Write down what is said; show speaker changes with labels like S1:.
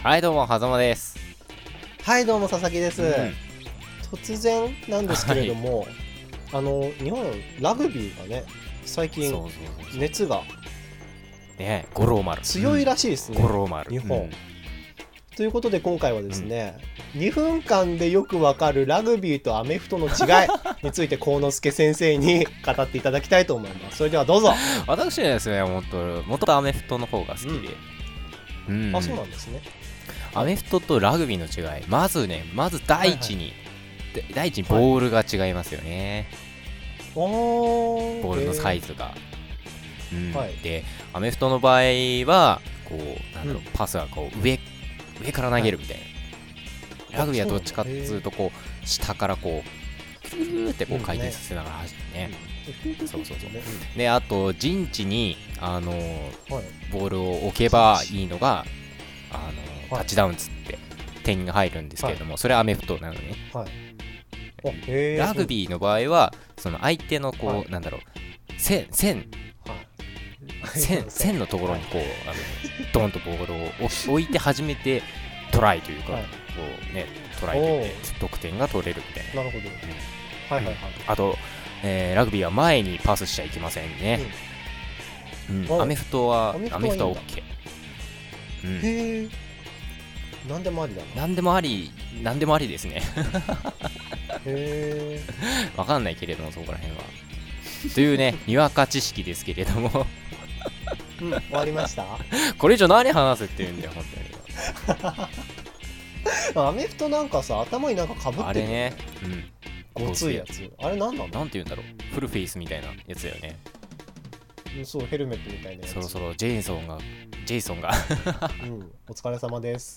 S1: はいどうも狭間です
S2: はいどうも佐々木です、
S1: うん
S2: 突然なんですけれども、あの日本ラグビーがね最
S1: そう
S2: 近
S1: そうそう
S2: 熱が
S1: ね五郎丸
S2: 強いらしいですね、
S1: 五郎丸
S2: 日本
S1: うん
S2: ということで今回はですね、2分間でよくわかるラグビーとアメフ トの違いについて幸之助先生に語っていただきたいと思いますそれではどうぞ、
S1: 私ねですねもともとアメフトの方が好きでうん
S2: あそうなんですね
S1: アメフトとラグビーの違いまずねまず第一にで第一にボールが違いますよね
S2: お
S1: ボールのサイ
S2: ズ、
S1: ズがうん
S2: はい
S1: でアメフトの場合はこうなんだろうパスがこう上上から投げるみたいな
S2: あ
S1: ラグビーはどっちか
S2: そう
S1: って
S2: なんだ
S1: いうとこう下からこうピューってこう回転させながら走るね
S2: うん
S1: そうそうそう
S2: ね
S1: であと陣地にあのー
S2: うんはい
S1: ボールを置けばいいのがあのータ
S2: はい
S1: ッチダウンっつって点が入るんですけれどもそれはアメフトなのね
S2: おへー
S1: ラグビーの場合はその相手の
S2: は
S1: こ
S2: いう
S1: なんだろう線線
S2: はい
S1: 線線のところにこうあのドンとボールを置置いて初めてトライというかこ
S2: はいう
S1: ねトライというか得点が取れるみたいな
S2: なるほど、はいはいはい
S1: あとえーラグビーは前にパスしちゃいけませんねうん
S2: お
S1: アメフトは
S2: アメフト
S1: ア
S2: は
S1: メ
S2: いいんだ
S1: フトは OK うん
S2: へえ。なんでもありだな。
S1: 何でもあり、何でもありですね。
S2: へえ。
S1: わかんないけれども、そこら辺は。という ね、にわか知識ですけれども、
S2: うん、終わりました。
S1: これ以上何話せって言うんだよ、本
S2: アメフトなんかさ、頭になんか被って
S1: 当
S2: る
S1: に。あれね、うん。
S2: ごついやつ。あれなんなの
S1: なんて言うんだろう、フルフェイスみたいなやつだよね。
S2: うんそう、ヘルメットみたいなやつ。
S1: そろそろジェイソンが、ジェイソンが、
S2: うん、お疲れ様です。